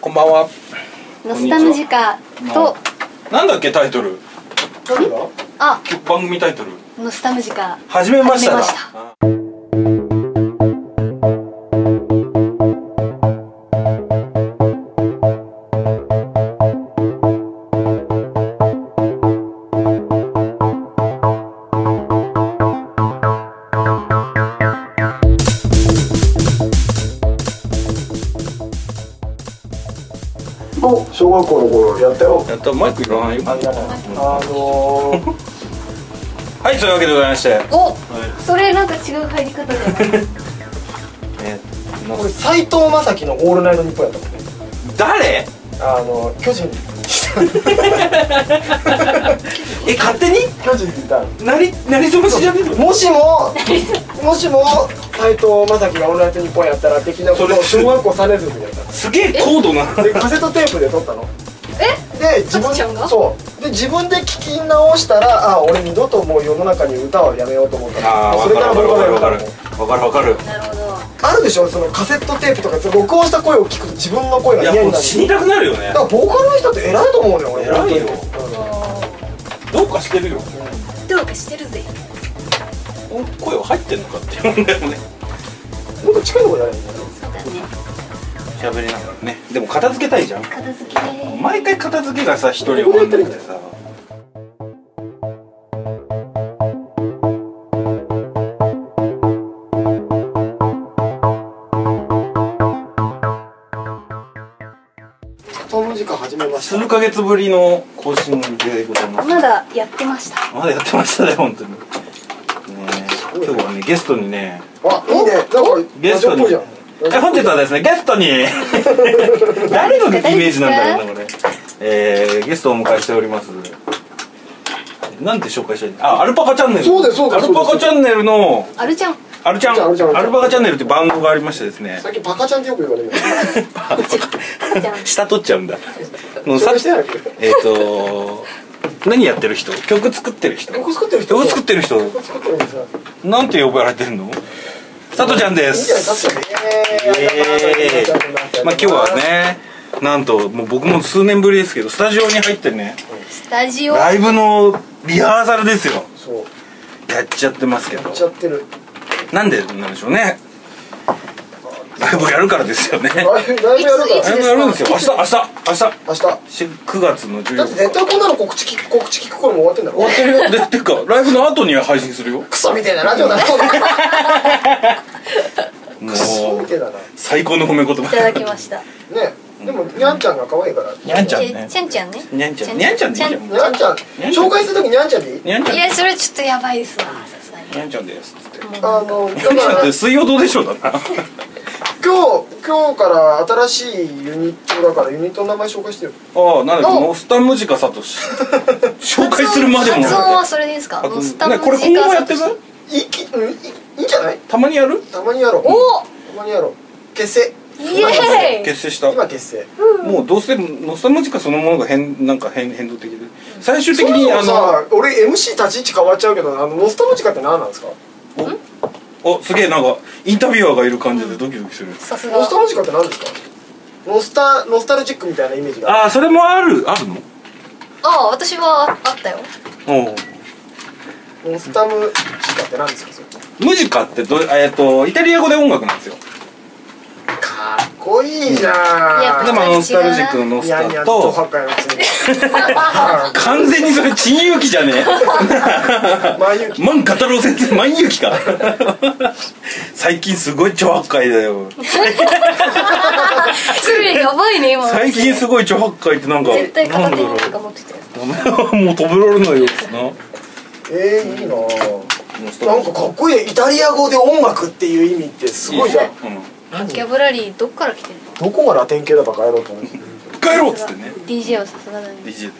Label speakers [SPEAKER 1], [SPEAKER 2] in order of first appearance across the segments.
[SPEAKER 1] こんばんは
[SPEAKER 2] ノスタムジカと
[SPEAKER 1] なんだっけタイトル
[SPEAKER 2] あ
[SPEAKER 1] 番組タイトル
[SPEAKER 2] ノスタムジカ
[SPEAKER 1] 始めましただ
[SPEAKER 2] 始めました
[SPEAKER 1] うん
[SPEAKER 3] の小学校の頃やったよ
[SPEAKER 1] やったマイクいらないよ
[SPEAKER 3] ありがとうあのー、
[SPEAKER 1] はいそういうわけでございまして
[SPEAKER 2] おそれなんか違う入り 方じゃない
[SPEAKER 1] えーの
[SPEAKER 3] これ斎藤正樹の「オールナイトニッポン」やったもんね
[SPEAKER 1] 誰
[SPEAKER 3] あの巨人
[SPEAKER 1] え勝手に
[SPEAKER 3] 巨人にいたの
[SPEAKER 1] なりなりすましじゃねえの
[SPEAKER 3] もしももしも斎藤正樹が「オールナイトニッポン」やったら的なことを
[SPEAKER 1] それ
[SPEAKER 3] 小学校3年生の時やった
[SPEAKER 1] すげえ高度な
[SPEAKER 3] のでカセットテープで撮ったの
[SPEAKER 2] え
[SPEAKER 3] で自分
[SPEAKER 2] あちゃんが
[SPEAKER 3] そうで自分で聞き直したらあ俺二度ともう世の中に歌はやめようと思った
[SPEAKER 1] あ
[SPEAKER 3] の
[SPEAKER 1] あ
[SPEAKER 3] そ
[SPEAKER 1] 分
[SPEAKER 3] れ
[SPEAKER 1] か
[SPEAKER 3] から
[SPEAKER 1] る分かる分
[SPEAKER 3] 僕はや
[SPEAKER 1] かる分
[SPEAKER 3] めたの
[SPEAKER 1] かる分かる
[SPEAKER 2] なるほど
[SPEAKER 3] あるでしょそのカセットテープとかその録音した声を聞くと自分の声が
[SPEAKER 1] い
[SPEAKER 3] 嫌
[SPEAKER 1] や
[SPEAKER 3] にな
[SPEAKER 1] も
[SPEAKER 3] る
[SPEAKER 1] う死にたくなるよね
[SPEAKER 3] だからボーカルの人って偉いと思うね俺
[SPEAKER 1] 偉いよ
[SPEAKER 3] 本当に
[SPEAKER 1] どうかしてるよ
[SPEAKER 2] どうかしてるぜ
[SPEAKER 1] 声は入ってんのかって思うんだよね
[SPEAKER 3] うんもっと近いとこじゃないんだよ
[SPEAKER 2] そうだね
[SPEAKER 1] 喋りながらねでも片付けたいじゃん
[SPEAKER 2] 片付け
[SPEAKER 1] 毎回片付けがさ一人終わんなくてさ
[SPEAKER 3] トム時間始めました
[SPEAKER 1] 数ヶ月ぶりの更新でございます
[SPEAKER 2] まだやってました
[SPEAKER 1] まだやってましたね本当にねえ今日はねゲストにね
[SPEAKER 3] あいいねなんか
[SPEAKER 1] ゲ
[SPEAKER 3] ラ
[SPEAKER 1] ス
[SPEAKER 3] ジオ
[SPEAKER 1] ト
[SPEAKER 3] っ
[SPEAKER 1] に
[SPEAKER 3] ぽいじゃん
[SPEAKER 1] え本日はですねゲストに誰のイメージなんだろうなこれ、えー、ゲストをお迎えしておりますなんて紹介したらいいのあアルパカチャンネル
[SPEAKER 3] そうですそうです
[SPEAKER 1] アルパカチャンネルの
[SPEAKER 2] あるちゃん
[SPEAKER 1] アルちゃん
[SPEAKER 3] じゃあアルちゃん
[SPEAKER 1] アルパカチャンネルって番号がありましてですね
[SPEAKER 3] さっきバカちゃんってよく言われるよ
[SPEAKER 2] ちゃん
[SPEAKER 1] 下取っちゃうんだの
[SPEAKER 3] 紹
[SPEAKER 1] さ
[SPEAKER 3] 介してないっけ
[SPEAKER 1] えっ、と何やってる人曲作ってる人
[SPEAKER 3] 曲作ってる人
[SPEAKER 1] 曲作ってる人
[SPEAKER 3] これ作ってるんですよ
[SPEAKER 1] なんて呼ばれてるのさとちゃんで
[SPEAKER 3] いいじゃない
[SPEAKER 1] す
[SPEAKER 3] イエーイ
[SPEAKER 1] まあ今日はねなんともう僕も数年ぶりですけどスタジオに入ってね
[SPEAKER 2] スタジオ
[SPEAKER 1] ライブのリハーサルですよ
[SPEAKER 3] そうや
[SPEAKER 1] やっちゃってますけど
[SPEAKER 3] っちゃってる
[SPEAKER 1] なんでなんでしょうねライブやるからですよね
[SPEAKER 3] ライブライブやるか
[SPEAKER 1] ラ
[SPEAKER 3] ら
[SPEAKER 1] イブやるんですよ明日明日明日
[SPEAKER 3] 明日だ
[SPEAKER 1] し9月の14日
[SPEAKER 3] って絶対こんなの告知聞く告知聞く頃も終わってんだろ
[SPEAKER 1] 終わってるよでってかライブの後には配信するよ
[SPEAKER 3] クソみたいなラジオだな
[SPEAKER 1] も
[SPEAKER 3] クソみ
[SPEAKER 1] う
[SPEAKER 3] たいだな
[SPEAKER 1] 最高の褒め言
[SPEAKER 2] いただ
[SPEAKER 1] 葉
[SPEAKER 2] きました
[SPEAKER 3] ねでもにゃんちゃんが可愛いから
[SPEAKER 1] にゃんちゃん
[SPEAKER 2] え
[SPEAKER 1] ね
[SPEAKER 2] ちゃんちゃんね
[SPEAKER 1] にゃんちゃんにゃんちゃんでいいじゃん
[SPEAKER 3] にゃんちゃん紹介するときにゃんちゃんでいい
[SPEAKER 1] にゃんちゃん
[SPEAKER 2] いやそれちょっとやばいですわさすがに
[SPEAKER 1] にゃんちゃんですっつってに
[SPEAKER 3] あの
[SPEAKER 1] ゃ
[SPEAKER 3] だ
[SPEAKER 1] んちゃん
[SPEAKER 3] か
[SPEAKER 1] っ
[SPEAKER 3] ら
[SPEAKER 1] て水曜どうでしょうだな
[SPEAKER 3] 今日今日から新しいユニットだからユニットの名前紹介してよ
[SPEAKER 1] ああなんだっけ
[SPEAKER 2] お
[SPEAKER 1] ノスタムジカサトシ紹介するまでも
[SPEAKER 2] 発音はそれですか
[SPEAKER 1] あと
[SPEAKER 2] ノ
[SPEAKER 1] ね
[SPEAKER 2] スタムジ
[SPEAKER 1] これ
[SPEAKER 2] カ
[SPEAKER 1] 今後やってく
[SPEAKER 2] サトシ
[SPEAKER 3] いいきうんいいいいんじゃない
[SPEAKER 1] たまにやる
[SPEAKER 3] たまにやろう
[SPEAKER 2] お
[SPEAKER 3] たまにやろう結成
[SPEAKER 2] イエーイ
[SPEAKER 1] 結成した
[SPEAKER 3] 今結成
[SPEAKER 1] もうどうせノスタムジカそのものが変なんか変変動的で最終
[SPEAKER 3] そ
[SPEAKER 1] 的
[SPEAKER 3] もそ
[SPEAKER 1] に
[SPEAKER 3] も
[SPEAKER 1] あ
[SPEAKER 3] さ俺 MC 立ち位置変わっちゃうけどあのノスタルジカって何なんですか
[SPEAKER 1] のおおすげえなんかインタビュアーがいる感じでドキドキする
[SPEAKER 2] さすが
[SPEAKER 3] ノスタルジカって何ですかノスタノスタルジックみたいなイメージが
[SPEAKER 1] ああそれもあるあるの
[SPEAKER 2] ああ私はあったよ
[SPEAKER 1] おう
[SPEAKER 3] ノスタムジカって何ですかそれ
[SPEAKER 1] ムジカってどえっとイタリア語で音楽なんですよ
[SPEAKER 3] かっこい
[SPEAKER 2] い
[SPEAKER 3] いじゃん
[SPEAKER 1] で
[SPEAKER 2] や
[SPEAKER 1] もあのノスタルジックのノス
[SPEAKER 3] いやい
[SPEAKER 1] タ
[SPEAKER 3] やと
[SPEAKER 1] と
[SPEAKER 3] 破壊の次
[SPEAKER 1] 完全にそれ陳勇気じゃね
[SPEAKER 3] 前行
[SPEAKER 1] え万ガタロウ先生万勇気か最近すごい超破壊だよ
[SPEAKER 2] それやばいね今
[SPEAKER 1] 最近すごい超破壊ってなんか
[SPEAKER 2] 絶対
[SPEAKER 1] な
[SPEAKER 2] 片
[SPEAKER 1] んだ
[SPEAKER 2] 手
[SPEAKER 1] ろ
[SPEAKER 2] に
[SPEAKER 1] う
[SPEAKER 2] なんか持ってたよ
[SPEAKER 1] ダメだもう止められないよな
[SPEAKER 3] えー、いいなぁ
[SPEAKER 1] ノスタ
[SPEAKER 3] な
[SPEAKER 1] ル
[SPEAKER 3] ん
[SPEAKER 1] ジ
[SPEAKER 3] か
[SPEAKER 1] ック
[SPEAKER 3] かっこいいねイタリア語で音楽っていう意味ってすごいじゃん
[SPEAKER 1] うん
[SPEAKER 3] 何
[SPEAKER 2] ギャブラリーどっから来てるの
[SPEAKER 3] どこがラテン系だか帰ろうと思ってね
[SPEAKER 1] 帰ろうっつってね
[SPEAKER 2] DJ はさすがだね
[SPEAKER 1] DJ ですよ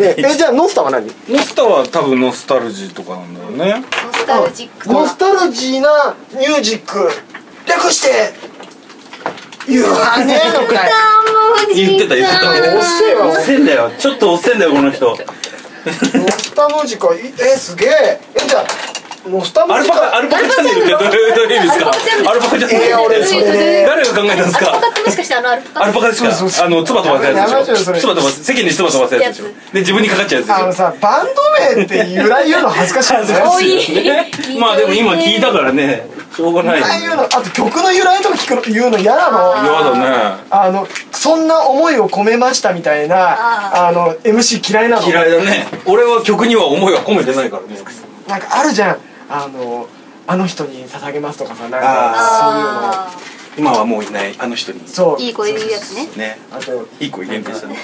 [SPEAKER 3] えじゃあノスタは何
[SPEAKER 1] ノスタは多分ノスタルジーとかなんだよね
[SPEAKER 2] ノスタルジック
[SPEAKER 3] ノ
[SPEAKER 2] な
[SPEAKER 3] スタルジーなミュージック略して言わねえのかい
[SPEAKER 1] 言ってた言ってた
[SPEAKER 3] おっせえわ
[SPEAKER 1] せんだよちょっとおせんだよこの人
[SPEAKER 3] ノスタムジカいえすげええじゃあもうスタバ
[SPEAKER 1] アル
[SPEAKER 3] 時
[SPEAKER 1] パカア
[SPEAKER 3] 間
[SPEAKER 1] ルパカチャンネルってどういうどういう意味ですかア
[SPEAKER 2] ア
[SPEAKER 1] ルパ
[SPEAKER 2] ルパ
[SPEAKER 1] カ
[SPEAKER 2] カ
[SPEAKER 1] チ
[SPEAKER 2] チ
[SPEAKER 1] ャンネ
[SPEAKER 2] ャンネ
[SPEAKER 1] ル
[SPEAKER 2] ル
[SPEAKER 3] いや俺それね
[SPEAKER 1] 誰が考えたんです
[SPEAKER 2] アルパ
[SPEAKER 1] か
[SPEAKER 2] カってもしかしてあのアルパカ
[SPEAKER 1] アルパカですか
[SPEAKER 3] そうそうそう
[SPEAKER 1] あの唾飛ばすやつ
[SPEAKER 3] やめ
[SPEAKER 1] で
[SPEAKER 3] ましょう
[SPEAKER 1] し
[SPEAKER 3] そ
[SPEAKER 1] ょ
[SPEAKER 3] れ
[SPEAKER 1] 唾飛ばす世間に唾飛ばすやつでし
[SPEAKER 2] や
[SPEAKER 1] ょで自分にかかっちゃう
[SPEAKER 3] あ
[SPEAKER 1] や
[SPEAKER 3] の
[SPEAKER 1] つでしょ
[SPEAKER 3] さバンド名って由来言うの恥ずかしいよね
[SPEAKER 2] 多い
[SPEAKER 1] ねまあでも今聞いたからねしょうがない
[SPEAKER 3] 由
[SPEAKER 1] よね
[SPEAKER 3] 来言うのあと曲の由来とか聞くの言うの嫌なの
[SPEAKER 2] あー
[SPEAKER 1] 嫌だね
[SPEAKER 3] あのそんな思いを込めましたみたいなあ
[SPEAKER 2] あ
[SPEAKER 3] の MC 嫌いなの
[SPEAKER 1] 嫌いだね俺は曲には思いは込めてないからね
[SPEAKER 3] なんかあるじゃんあのあの人に捧げますとかさなんか
[SPEAKER 2] あ
[SPEAKER 1] 今はもういないあの人に
[SPEAKER 3] そう
[SPEAKER 2] ーい
[SPEAKER 3] いうのそう
[SPEAKER 2] い声で言うやつね
[SPEAKER 1] ね
[SPEAKER 3] あと
[SPEAKER 1] いい子いねんでしたね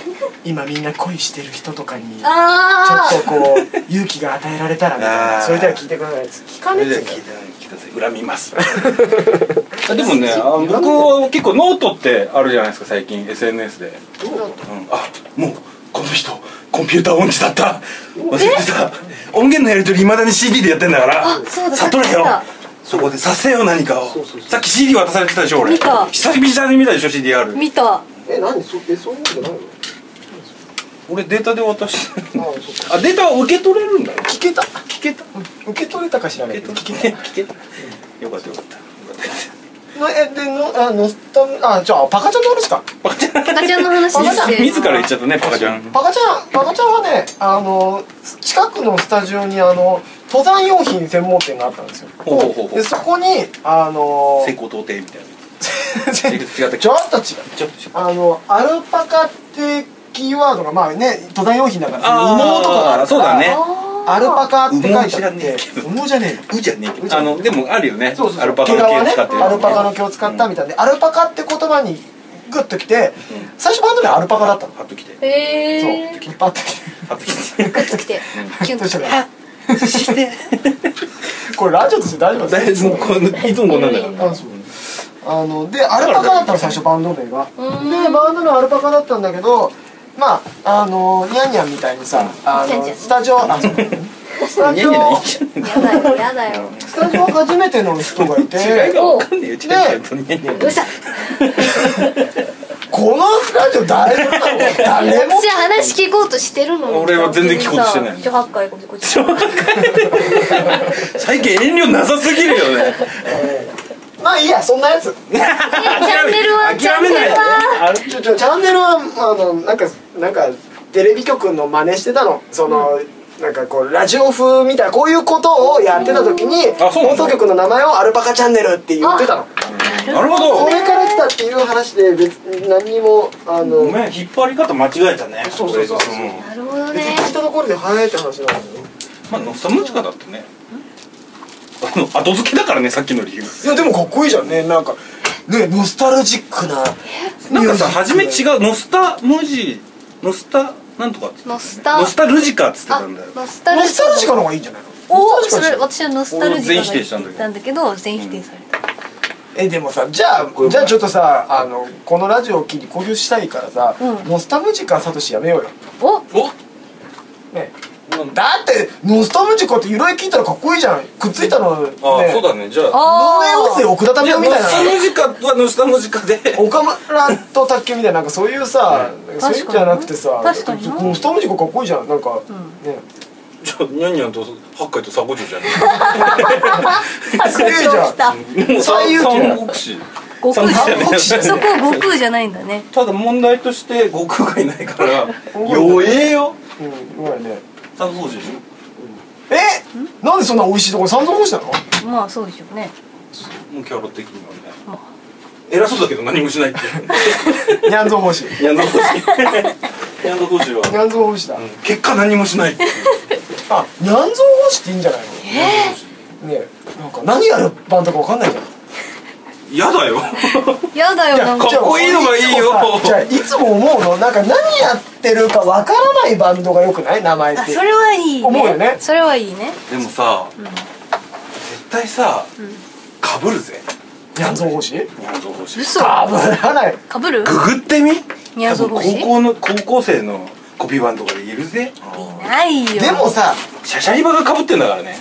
[SPEAKER 3] 今みんな恋してる人とかにちょ
[SPEAKER 2] あ
[SPEAKER 3] っとこう勇気が与えられたらみたい
[SPEAKER 1] あ
[SPEAKER 3] な
[SPEAKER 1] ー
[SPEAKER 3] それでは聞いてください聞か
[SPEAKER 1] そ
[SPEAKER 3] ねえ
[SPEAKER 1] れで
[SPEAKER 3] っ
[SPEAKER 1] は
[SPEAKER 3] つ
[SPEAKER 1] 聞
[SPEAKER 3] う
[SPEAKER 1] い
[SPEAKER 3] んだ
[SPEAKER 1] て
[SPEAKER 3] よ
[SPEAKER 1] 聞いてください恨みます あでもねあの僕は結構ノートってあるじゃないですか最近 SNS で、うん、あもうこの人コンピューター音痴だった忘れてた音源のやり取りいまだに CD でやってんだから
[SPEAKER 2] あそうだ
[SPEAKER 1] 悟れ
[SPEAKER 2] さっき
[SPEAKER 1] よ
[SPEAKER 2] 言った
[SPEAKER 1] そこでさせよ何かをさっき CD 渡されてたでしょ俺
[SPEAKER 2] 見た
[SPEAKER 1] 久々に見たでしょ CDR
[SPEAKER 2] ー見た
[SPEAKER 4] え、何そえ、そういうんじゃないの
[SPEAKER 1] 俺データで渡してる
[SPEAKER 4] ああ、そ
[SPEAKER 1] あデータは受け取れるんだ
[SPEAKER 3] 聞けた
[SPEAKER 1] 聞けた
[SPEAKER 3] 受け取れたかしらね
[SPEAKER 1] 聞けた聞けたよかったよかった
[SPEAKER 3] のえでのあのスタあじゃあパカちゃんの話か
[SPEAKER 1] バカちゃん
[SPEAKER 2] 赤ちゃんの話して
[SPEAKER 1] 自ら言っちゃったねバカちゃん
[SPEAKER 3] パカちゃんパカちゃんはねあの近くのスタジオにあの登山用品専門店があったんですよ
[SPEAKER 1] ほうほうほうほう
[SPEAKER 3] でそこにあの
[SPEAKER 1] 成功到底みたいな
[SPEAKER 3] 違
[SPEAKER 1] 違った
[SPEAKER 3] ちょっと違う
[SPEAKER 1] ちょっと違う
[SPEAKER 3] あのアルパカってキーワードがまあね登山用品だから
[SPEAKER 1] あー
[SPEAKER 3] 羽毛とかがあるから
[SPEAKER 1] そうだね
[SPEAKER 2] あー
[SPEAKER 3] アルパカって書いてあっ
[SPEAKER 1] 羽毛知らねえ
[SPEAKER 3] て
[SPEAKER 1] けど
[SPEAKER 3] 羽毛じゃねえの
[SPEAKER 1] うじゃねえけ
[SPEAKER 3] う
[SPEAKER 1] ど
[SPEAKER 3] じゃ
[SPEAKER 1] あ
[SPEAKER 3] ねえ
[SPEAKER 1] のでもあるよね
[SPEAKER 3] そうそうそう
[SPEAKER 1] アルパカの毛使ってる
[SPEAKER 3] 毛皮ねアルパカの毛を使ったみ
[SPEAKER 1] たい
[SPEAKER 3] たいでアルパカって言葉にグッときて
[SPEAKER 1] うん
[SPEAKER 3] 最初バンドでアルパカだったの
[SPEAKER 1] なハッときて
[SPEAKER 2] へえ
[SPEAKER 3] そうパッときて
[SPEAKER 1] ハッときて
[SPEAKER 2] グッときてキュンときて
[SPEAKER 3] あ これラジオとして大丈夫
[SPEAKER 1] 大
[SPEAKER 3] です
[SPEAKER 1] 丈夫
[SPEAKER 3] か
[SPEAKER 1] このいつもこんなんだから
[SPEAKER 3] あそうあのでアルパカだったの最初バンド名がで
[SPEAKER 2] うん
[SPEAKER 3] バンドのアルパカだったんだけどまああのニャンニャンみたいにさあ
[SPEAKER 2] ニャン
[SPEAKER 3] の
[SPEAKER 2] ニャン
[SPEAKER 3] スタジオあそうスタ
[SPEAKER 1] い
[SPEAKER 3] ジ
[SPEAKER 1] や
[SPEAKER 3] オ
[SPEAKER 1] いやいいじゃん
[SPEAKER 2] やだよやだよ
[SPEAKER 3] スタジオ初めての人がい て
[SPEAKER 1] 違いがわかんねえよちゃんちゃんとね
[SPEAKER 2] どうした
[SPEAKER 3] このスタジオ誰も 誰も
[SPEAKER 2] 私は話聞こうとしてるのに
[SPEAKER 1] 俺は全然聞こうとしてない
[SPEAKER 2] じゃあ8回こっち
[SPEAKER 1] 最近遠慮なさすぎるよね
[SPEAKER 3] まあいいやそんなやつ
[SPEAKER 2] チャンネルは
[SPEAKER 1] 諦めない
[SPEAKER 2] チャンネルは
[SPEAKER 1] あれ
[SPEAKER 3] ちょちょチャンネルはあのなんかなんかテレビ局の真似してたのその、なんかこうラジオ風みたいなこういうことをやってた時に
[SPEAKER 1] あそうなんだ
[SPEAKER 3] 放送局の名前をアルパカチャンネルって言ってたの
[SPEAKER 1] なるほど
[SPEAKER 3] それから来たっていう話で別に何にもあの
[SPEAKER 1] ごめん引っ張り方間違えたね
[SPEAKER 3] そうそうそう
[SPEAKER 1] 俺ん
[SPEAKER 2] なるほど
[SPEAKER 3] 別
[SPEAKER 2] ね
[SPEAKER 3] に聞いたところで早いって話なんだよ
[SPEAKER 1] まあノスタムジカだってねあの後付けだからねさっきの理由
[SPEAKER 3] いやでもかっこいいじゃんねなんかねノスタルジックな
[SPEAKER 1] なんかさ初め違
[SPEAKER 3] う
[SPEAKER 1] うノスタ文字ノスタなんとかって言ってたんだよね
[SPEAKER 2] ノ
[SPEAKER 1] ノス
[SPEAKER 2] スタ
[SPEAKER 1] タルジカっつって
[SPEAKER 2] あ
[SPEAKER 1] たんだよ
[SPEAKER 2] ノスタル
[SPEAKER 3] ノ
[SPEAKER 2] ジ
[SPEAKER 3] スタルジックの方がいいんじゃないの
[SPEAKER 2] おお
[SPEAKER 3] ノスタ
[SPEAKER 2] そ
[SPEAKER 3] ルジッ
[SPEAKER 2] れ
[SPEAKER 3] ク
[SPEAKER 2] 私はノスタルジ
[SPEAKER 1] 全
[SPEAKER 2] ー
[SPEAKER 1] 否定したんだけど
[SPEAKER 2] なんだけど全否定された
[SPEAKER 3] えでもさじゃあ
[SPEAKER 1] こよく
[SPEAKER 3] じゃあちょっとさあのこのラジオを機に公表したいからさ、
[SPEAKER 2] うん
[SPEAKER 3] ノスタムジカサトシやめようよ、
[SPEAKER 2] お
[SPEAKER 1] お
[SPEAKER 3] ね、
[SPEAKER 1] なんだ
[SPEAKER 3] だってノスタムジカって由来聞いたらかっこいいじゃんくっついたのね
[SPEAKER 1] あそうだねじゃあ
[SPEAKER 3] ノーウェイ
[SPEAKER 2] あ
[SPEAKER 3] 王星奥田民
[SPEAKER 1] じゃあ
[SPEAKER 3] 生み
[SPEAKER 1] ノ
[SPEAKER 3] たいな
[SPEAKER 1] スタムジカはノスタムジカで
[SPEAKER 3] 岡村と卓球みたいななんかそういうさ、そういうんじゃなくてさ
[SPEAKER 2] 確かにな
[SPEAKER 3] ノスタムジカかっこいいじゃんなんか、ね
[SPEAKER 1] じゃあニャンニャンと八海とサゴジュじゃね
[SPEAKER 2] あ
[SPEAKER 3] すげえじゃ
[SPEAKER 2] 来
[SPEAKER 3] ん
[SPEAKER 2] た
[SPEAKER 1] え もう
[SPEAKER 3] 最優秀
[SPEAKER 1] 三国志
[SPEAKER 2] 悟空じ
[SPEAKER 1] 三国志だ
[SPEAKER 2] ゃ
[SPEAKER 1] ね
[SPEAKER 2] んそこは悟空じゃないんだね
[SPEAKER 1] ただ問題として悟空がいないから
[SPEAKER 3] 空
[SPEAKER 1] 弱えよ
[SPEAKER 3] うんうまいね
[SPEAKER 1] サゴジュでしょ
[SPEAKER 3] えなんでそんな美味しいとこ三蔵法 師なの
[SPEAKER 2] まあそうでしょうね
[SPEAKER 1] もうキャラ的にはね
[SPEAKER 2] まあ
[SPEAKER 1] 偉そうだけど何もしない って
[SPEAKER 3] ニャンゾ法師ニ
[SPEAKER 1] ニャンドゴジニャンドゴジは
[SPEAKER 3] ャンゾ法師だ、
[SPEAKER 1] うん結果何もしないっていう
[SPEAKER 3] あニャンゾ法師っていいんじゃないのねえなんか何やるバンドかわかんないじゃ
[SPEAKER 1] 嫌
[SPEAKER 3] ん
[SPEAKER 1] だよ
[SPEAKER 2] やだよなん
[SPEAKER 1] か
[SPEAKER 2] か
[SPEAKER 1] っこいいのがいいよ
[SPEAKER 3] じゃあいつも思うのなんか何やってるかわからないバンドがよくない名前って
[SPEAKER 2] あそれはいいね
[SPEAKER 3] 思うよね
[SPEAKER 2] それはいいね
[SPEAKER 1] でもさ
[SPEAKER 2] うん
[SPEAKER 1] 絶対さ
[SPEAKER 2] うん
[SPEAKER 1] かぶるぜ
[SPEAKER 3] ニャンゾ法師
[SPEAKER 1] ニャンドゴジ
[SPEAKER 2] 嘘
[SPEAKER 3] かぶらない
[SPEAKER 2] かぶる
[SPEAKER 1] ググってみ
[SPEAKER 2] ニャンドゴジ
[SPEAKER 1] 多分高校の高校生のコピー版とかでいるぜ
[SPEAKER 2] いないよ
[SPEAKER 3] でもさ
[SPEAKER 1] シャシャリバがかぶってんだからね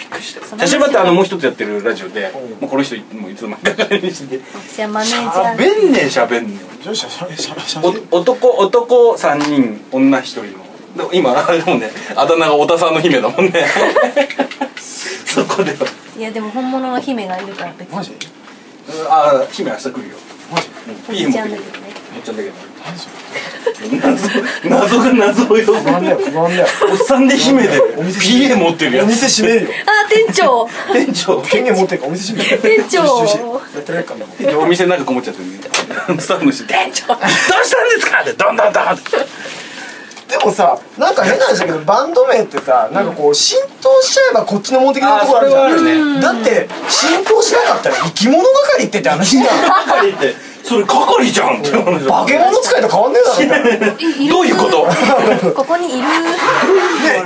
[SPEAKER 1] びっくりしたシ
[SPEAKER 2] そ
[SPEAKER 1] ャ
[SPEAKER 2] の話
[SPEAKER 1] シャリバってあのもう一つやってるラジオで
[SPEAKER 3] うん
[SPEAKER 1] もうこの人いもういつも前からにして
[SPEAKER 2] じゃあマネージャー
[SPEAKER 1] 喋んねえ喋んねえ
[SPEAKER 3] じゃあしゃしゃしゃしゃ
[SPEAKER 1] お男男3人女1人のでも今あれだもんねあだ名が太田さんの姫だもんね そこで
[SPEAKER 2] いやでも本物の姫がいるから別に
[SPEAKER 5] マジ
[SPEAKER 1] ああ姫明日来るよ
[SPEAKER 5] マジ
[SPEAKER 1] うんいい
[SPEAKER 2] 言っち
[SPEAKER 1] も
[SPEAKER 2] ゃ
[SPEAKER 1] ん
[SPEAKER 2] う
[SPEAKER 1] 来る
[SPEAKER 2] んだけ
[SPEAKER 1] よ
[SPEAKER 2] どね
[SPEAKER 1] めっちゃだけど
[SPEAKER 5] 何それ
[SPEAKER 1] 謎謎が謎を呼ぶ
[SPEAKER 5] 不安だよ不安だよ
[SPEAKER 1] おっさんで姫で
[SPEAKER 5] お店
[SPEAKER 1] PA 持ってるや
[SPEAKER 5] お
[SPEAKER 1] つ
[SPEAKER 5] 店閉めるよ
[SPEAKER 2] あー店長
[SPEAKER 1] 店長
[SPEAKER 5] 権限持ってるからお店閉める
[SPEAKER 2] 店長
[SPEAKER 5] よしよしよしやってないからなもう
[SPEAKER 1] お店の中こもっちゃってるね スタッフの人どう
[SPEAKER 2] 店長
[SPEAKER 1] したんですかってどんどんどんって
[SPEAKER 3] でもさなんか変な話だけどバンド名ってさなんかこう浸透しちゃえばこっちのも的なところあるじ
[SPEAKER 1] あそれはある
[SPEAKER 3] ゃんだって浸透しなかったら生き物係ってっ て話になる
[SPEAKER 1] 係ってそれ係じゃんって話
[SPEAKER 3] 化け物使いと変わんねえだろみたいなね
[SPEAKER 1] どういうこと
[SPEAKER 2] とここにいる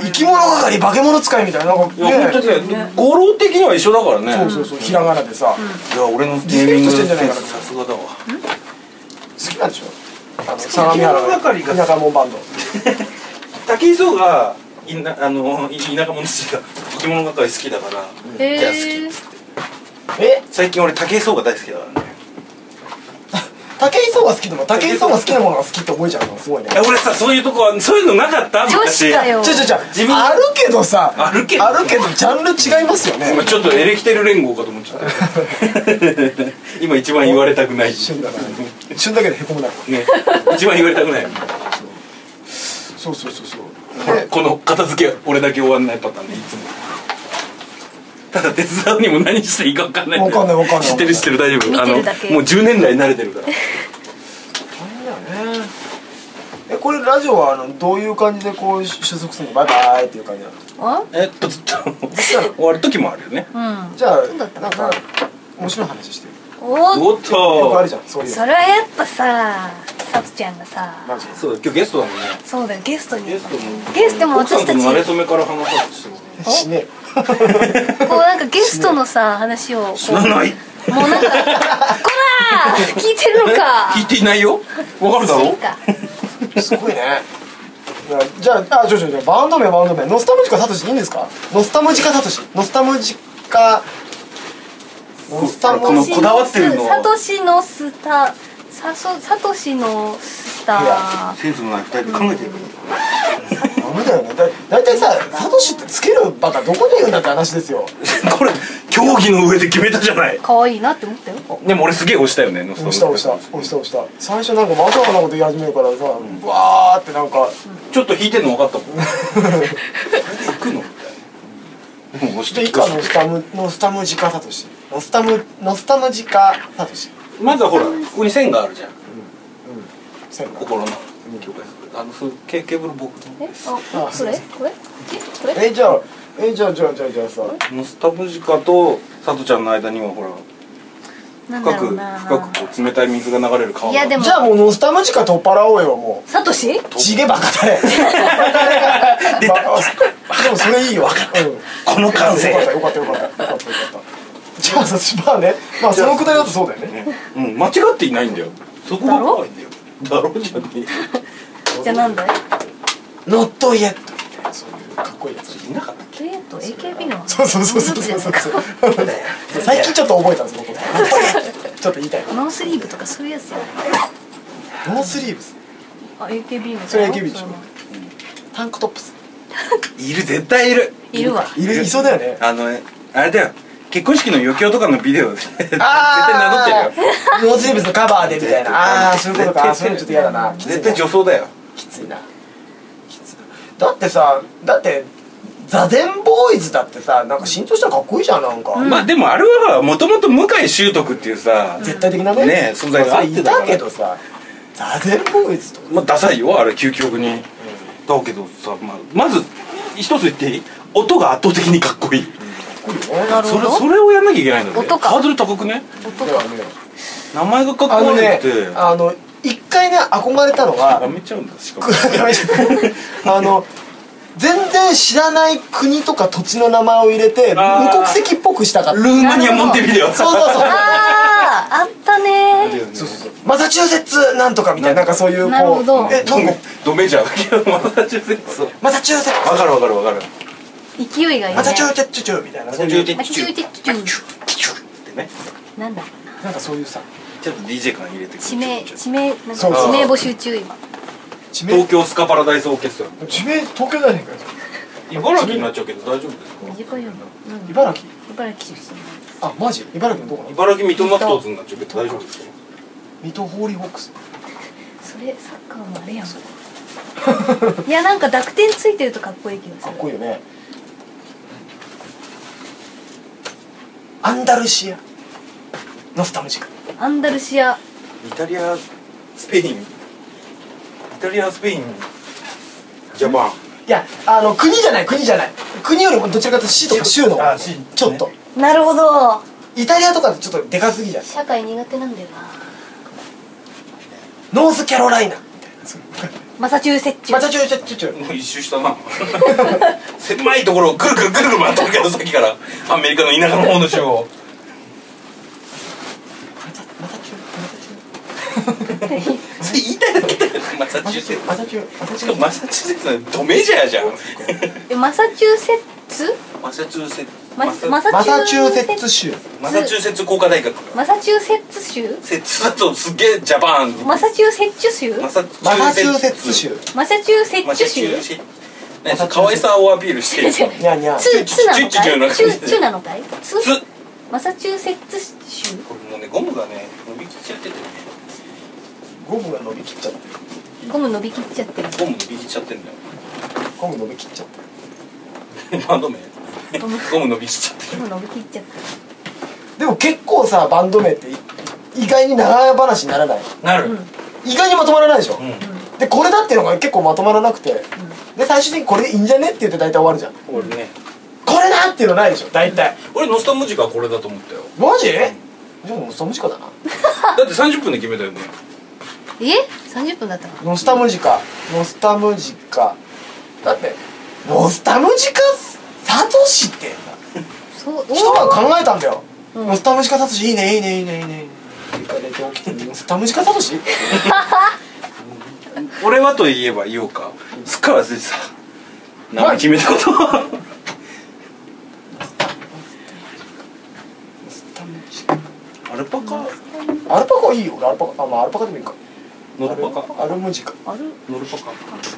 [SPEAKER 3] 生き物係化け物使いみたいななんか
[SPEAKER 1] いや本当
[SPEAKER 3] ね
[SPEAKER 1] にね語呂的には一緒だからね
[SPEAKER 3] そうそうそうひらがなでさ好
[SPEAKER 1] いや俺のネーミング
[SPEAKER 3] リスペクトしてんじゃないかな
[SPEAKER 1] さすがだわ
[SPEAKER 3] きなんでしょあの相模原
[SPEAKER 1] 生き物係が
[SPEAKER 3] の田舎門バンド
[SPEAKER 1] 武井壮がいなあのい田舎者っていうか生き物係好きだから
[SPEAKER 2] へー
[SPEAKER 1] じゃあ好きっつって
[SPEAKER 3] え
[SPEAKER 1] 最近俺武井壮が大好きだからね
[SPEAKER 3] 武井壮が好きでも武井壮が好きなものが好きって覚えちゃうのすごいね
[SPEAKER 1] え俺さそういうとこはそういうのなかった
[SPEAKER 2] 女子かよ
[SPEAKER 3] ちょちょちょ
[SPEAKER 1] 自分
[SPEAKER 3] あるけどさ
[SPEAKER 1] あるけど
[SPEAKER 3] あるけどジャンル違いますよね
[SPEAKER 1] 今ちょっとエレキテル連合かと思っちゃった 今一番言われたくない
[SPEAKER 3] 一瞬だから一瞬だけでへこむな
[SPEAKER 1] ね、一番言われたくない
[SPEAKER 3] そうそうそうそう
[SPEAKER 1] ほら
[SPEAKER 3] で
[SPEAKER 1] この片付け俺だけ終わんないパターンでいつもただ手伝うにも何していいか分かんない
[SPEAKER 3] わかんないわかんない
[SPEAKER 1] 知ってる知ってる大丈夫
[SPEAKER 2] 見てるだけ
[SPEAKER 1] あのもう10年来慣れてるから
[SPEAKER 3] えこれラジオはあのどういう感じでこう収束するのバイバイっていう感じなの
[SPEAKER 2] あ
[SPEAKER 1] えっとずっと終わる時もあるよね
[SPEAKER 2] うん
[SPEAKER 3] じゃ
[SPEAKER 2] そうだった
[SPEAKER 3] あ
[SPEAKER 2] か
[SPEAKER 3] なん
[SPEAKER 2] な
[SPEAKER 3] か面白い話してる
[SPEAKER 2] お
[SPEAKER 1] お
[SPEAKER 2] お
[SPEAKER 1] っ
[SPEAKER 3] よくある
[SPEAKER 1] と
[SPEAKER 3] じゃんそういう
[SPEAKER 2] そ
[SPEAKER 3] の
[SPEAKER 2] れはやっぱささつちゃんがさ
[SPEAKER 3] マジで
[SPEAKER 1] そうだ今日ゲストだもんね
[SPEAKER 2] そうだよゲストに
[SPEAKER 1] ゲストも
[SPEAKER 2] ゲストでも
[SPEAKER 1] 奥さ
[SPEAKER 2] 私
[SPEAKER 1] んと
[SPEAKER 2] たち
[SPEAKER 1] の
[SPEAKER 2] こ
[SPEAKER 1] 慣れ初めから話させても
[SPEAKER 3] 死ね
[SPEAKER 2] うなんかゲストのさ話をこう
[SPEAKER 1] らない
[SPEAKER 2] もうなんかこらー聞いてるのか
[SPEAKER 1] 聞いていないよわかるだろ
[SPEAKER 2] そうか
[SPEAKER 3] えすごいねじゃああちょちょちょバンド名バンド名ノスタムジカサトシいいんですかノスタムジカサトシノスタムジカノスタム
[SPEAKER 1] このこだわってるのは
[SPEAKER 2] サトシのスタサソサトシのスタ
[SPEAKER 3] いや
[SPEAKER 2] ー
[SPEAKER 1] センスのない二人で考えてる
[SPEAKER 3] ダメだよねだ大体さサトシってつけるバカどこで言うんだって話ですよ
[SPEAKER 1] これ競技の上で決めたじゃない
[SPEAKER 2] 可愛いなって思ったよ
[SPEAKER 1] でも俺すげえ押したよねノスタ
[SPEAKER 3] 押した押した押した押した最初なんかまさかなこと言い始めるからさ、わーってなんか
[SPEAKER 1] ちょっと引いてんの分か ったもんそれで行くのみたいなもう押し
[SPEAKER 3] じ
[SPEAKER 1] て
[SPEAKER 3] ゃあ
[SPEAKER 1] い
[SPEAKER 3] 以
[SPEAKER 1] くか
[SPEAKER 3] 下のスタムのスタムジカサトシノスタムノスタムジカサトシ
[SPEAKER 1] まずはほらここに線があるじゃん
[SPEAKER 3] せんな
[SPEAKER 1] 心の境界あのそうケケーブル僕
[SPEAKER 2] えあ
[SPEAKER 3] あ
[SPEAKER 2] これこれえこれ
[SPEAKER 3] えじゃあえじゃあじゃあじゃあじゃあさ
[SPEAKER 1] ノスタムジカと佐都ちゃんの間にはほら
[SPEAKER 2] なんだ
[SPEAKER 1] 深
[SPEAKER 2] ろ
[SPEAKER 1] く
[SPEAKER 2] うな
[SPEAKER 1] 深くこう冷たい水が流れる川
[SPEAKER 2] いやでも
[SPEAKER 3] じゃあもうノスタムジカ取っ払おうよも
[SPEAKER 2] サトシ
[SPEAKER 3] うちげバカだれ 出たでもそれいいよ、うん、
[SPEAKER 1] この感性
[SPEAKER 3] よかったよかったよかったよかったよかったじゃあさしばねまあそのくだりだとそうだよね
[SPEAKER 1] ねうん間違っていないんだよそこが怖いんだよだろじゃね
[SPEAKER 2] じゃあなんだい
[SPEAKER 3] ノットイエットみたいなそういうかっこいいやつ
[SPEAKER 1] えいなかった
[SPEAKER 2] えっと AKB の
[SPEAKER 3] そうそうそうそうそうそうそう。最近ちょっと覚えたんです僕。ちょっと言いたい。
[SPEAKER 2] ノースリーブとかそういうやつや
[SPEAKER 3] ノースリーブス、
[SPEAKER 2] あ AKB の
[SPEAKER 3] それ AKB でしょ
[SPEAKER 2] その
[SPEAKER 3] タンクトップス。
[SPEAKER 1] いる絶対いる
[SPEAKER 2] いるわ
[SPEAKER 3] いるいそうだよね。
[SPEAKER 1] あのねあれだよ結婚式の余興とかのビデオで絶対
[SPEAKER 3] あ
[SPEAKER 1] 名乗ってるよ
[SPEAKER 3] よ。ノースリーブスのカバーでみたいな。ああーそういうことか。あーそういうのちょっと嫌だな。きつい
[SPEAKER 1] 絶
[SPEAKER 3] な
[SPEAKER 1] 対女装だよ
[SPEAKER 3] きついな。きついな。だってさ、だってザゼンボーイズだってさ、なんか浸透したらかっこいいじゃんなんか。
[SPEAKER 1] まあでもあれはもともと向井秀徳っていうさ、
[SPEAKER 3] 絶対的なね。
[SPEAKER 1] ねえ存在があってた
[SPEAKER 3] い
[SPEAKER 1] から
[SPEAKER 3] たけどさ、ザゼンボーイズとか。
[SPEAKER 1] まあダサいよあれ究極に、だけどさ、まあ、まず一つ言っていい音が圧倒的にかっこいい、
[SPEAKER 2] なる
[SPEAKER 1] そ
[SPEAKER 2] ほ
[SPEAKER 1] れ
[SPEAKER 2] ど
[SPEAKER 1] それをやんなきゃいけないので
[SPEAKER 2] 音か
[SPEAKER 1] ハードル高くね
[SPEAKER 2] 音
[SPEAKER 3] だ
[SPEAKER 2] が
[SPEAKER 3] からね
[SPEAKER 1] 名前がかっ
[SPEAKER 3] あ
[SPEAKER 1] こ
[SPEAKER 3] の
[SPEAKER 1] 悪
[SPEAKER 3] ね
[SPEAKER 1] くて、
[SPEAKER 3] あの一回ね憧れたの
[SPEAKER 1] や
[SPEAKER 3] は。
[SPEAKER 1] めちゃうんだしかも
[SPEAKER 3] あの全然知らない国とか土地の名前を入れて
[SPEAKER 1] あー
[SPEAKER 3] 無国籍っぽくしたかった
[SPEAKER 1] ルーマニアモンテビデオ
[SPEAKER 3] そうそうそう
[SPEAKER 2] あーあったねー
[SPEAKER 1] そうそうそう
[SPEAKER 3] マサチューセッツなんとかみたいななんかそういうこう
[SPEAKER 2] なるほど
[SPEAKER 3] えなんか
[SPEAKER 1] ドメジャーだけどマサチューセッツわ
[SPEAKER 3] マサチューセッツ
[SPEAKER 1] かるわかるわかる
[SPEAKER 2] 勢いがいいね
[SPEAKER 3] マサチューセッツチューみたいなそういう
[SPEAKER 2] マサチューティッチュ
[SPEAKER 1] ってね
[SPEAKER 2] ーなんだ
[SPEAKER 3] なんかそういうさ
[SPEAKER 1] ちょっと DJ 感入れて
[SPEAKER 2] 地名
[SPEAKER 1] ちょっと
[SPEAKER 2] 地名なんか地
[SPEAKER 3] そうそう
[SPEAKER 2] 名募集中今
[SPEAKER 3] 地名
[SPEAKER 1] 東京スカパラダイスオーケストラ
[SPEAKER 3] 地名東京じゃねえかよ
[SPEAKER 1] 茨城になっちゃうけど大丈夫ですか
[SPEAKER 2] 短いようん
[SPEAKER 3] 茨城
[SPEAKER 2] 茨城出身
[SPEAKER 3] あマジ茨城のどこなの
[SPEAKER 1] 茨城水戸納豆になっちゃうけど大丈夫ですか
[SPEAKER 3] 水戸ホーリーホックス
[SPEAKER 2] それサッカーもあれやんいやなんか濁点ついてるとかっこいい気がす
[SPEAKER 3] か
[SPEAKER 2] る
[SPEAKER 3] っこいいよねアンダルシアノスタムジカ
[SPEAKER 2] アンダルシア
[SPEAKER 1] イタリアスペインイタリアスペインジャパン
[SPEAKER 3] いやあの国じゃない国じゃない国よりもどちらかというと市とか州の
[SPEAKER 1] あ市
[SPEAKER 3] ちょっと
[SPEAKER 2] なるほど
[SPEAKER 3] イタリアとかってちょっとでかすぎじゃん
[SPEAKER 2] 社会苦手なんだよな
[SPEAKER 3] ノースキャロライナ
[SPEAKER 2] マサチューセッチュ
[SPEAKER 3] またちょいちょいちょいちょい
[SPEAKER 1] もう一周したな 狭いところをぐるぐるぐるぐる回ってるけどさっきからアメリカの田舎の方の州を
[SPEAKER 3] またちょい
[SPEAKER 1] それ言いたいだけだよマサチューセッツ
[SPEAKER 3] またちょいまた
[SPEAKER 1] し
[SPEAKER 3] ちょ
[SPEAKER 1] かもマサチューセッ
[SPEAKER 3] い
[SPEAKER 1] ツなんてドメジャーじゃん
[SPEAKER 2] えマサチューセッツ
[SPEAKER 1] マサチューセッツ
[SPEAKER 2] マ
[SPEAKER 1] マサ
[SPEAKER 2] マサ
[SPEAKER 3] マサチ
[SPEAKER 2] チ
[SPEAKER 3] ュ
[SPEAKER 2] ュ
[SPEAKER 3] ー
[SPEAKER 2] ー
[SPEAKER 3] セ
[SPEAKER 2] セ
[SPEAKER 3] ッ
[SPEAKER 2] ッ
[SPEAKER 3] ツ
[SPEAKER 2] ツ
[SPEAKER 3] 州
[SPEAKER 1] マサチューセッツ工科大学
[SPEAKER 2] マサチューセッツ州
[SPEAKER 1] セッツだとすげえジャパン
[SPEAKER 2] マサチューセッチュ州
[SPEAKER 1] マサ
[SPEAKER 3] マサチューセッツ州
[SPEAKER 2] マサチューセッ
[SPEAKER 1] マ
[SPEAKER 2] チ
[SPEAKER 1] サ
[SPEAKER 2] ュ
[SPEAKER 1] チュー
[SPEAKER 2] 州
[SPEAKER 1] セッツ何それ可愛さをアピールしてる
[SPEAKER 2] 違う違う
[SPEAKER 3] にゃんにゃん
[SPEAKER 2] ツツなの
[SPEAKER 1] チュチュチュの
[SPEAKER 2] か
[SPEAKER 1] 中
[SPEAKER 2] いツ
[SPEAKER 1] で
[SPEAKER 2] ツなのかいツ
[SPEAKER 1] つ
[SPEAKER 2] マサチューセッツ州
[SPEAKER 1] これもうねゴムがね伸びきっちゃっててね
[SPEAKER 3] ゴムが伸びきっちゃってる
[SPEAKER 2] ゴム伸びきっちゃってる
[SPEAKER 1] ゴム伸びきっちゃってんだよ
[SPEAKER 3] ゴム伸びきっちゃってる
[SPEAKER 1] バンド名
[SPEAKER 2] ゴム
[SPEAKER 1] ゴム伸びきっちゃって
[SPEAKER 2] ゴム伸びきっちゃってる
[SPEAKER 3] でも結構さバンド名って意外に長い話にならない
[SPEAKER 1] なる
[SPEAKER 2] う
[SPEAKER 1] うんん、
[SPEAKER 3] 意外にまとまらないでしょ、でこれだっていうのが結構まとまらなくて、で最終的にこれでいいんじゃねって言って大体終わるじゃん
[SPEAKER 1] 俺ね
[SPEAKER 3] これだっていうのないでしょ大体
[SPEAKER 1] 俺ノスタムジカはこれだと思ったよ
[SPEAKER 3] マジ、でもノスタムジカだな
[SPEAKER 1] だって30分で決めたよね
[SPEAKER 2] え三十分だったの
[SPEAKER 3] ノスタムジカノスタムジカだってノスタムジカサトシって
[SPEAKER 2] そう
[SPEAKER 3] 一晩考えたんだよ、
[SPEAKER 2] うん
[SPEAKER 3] ノスタムジカサトシいいねいいねいいねいいね結果で今日来てノスタムジカサトシ
[SPEAKER 1] 俺はと言えば言おうかすっかり忘れてた名前決めたことは
[SPEAKER 3] ノスタムジカ
[SPEAKER 1] アルパカ
[SPEAKER 3] アルパカいいよ俺アルパカあまあアルパカでもいいか
[SPEAKER 1] ノルパカ
[SPEAKER 3] アルアルムジカ
[SPEAKER 2] アル
[SPEAKER 1] ノルパカ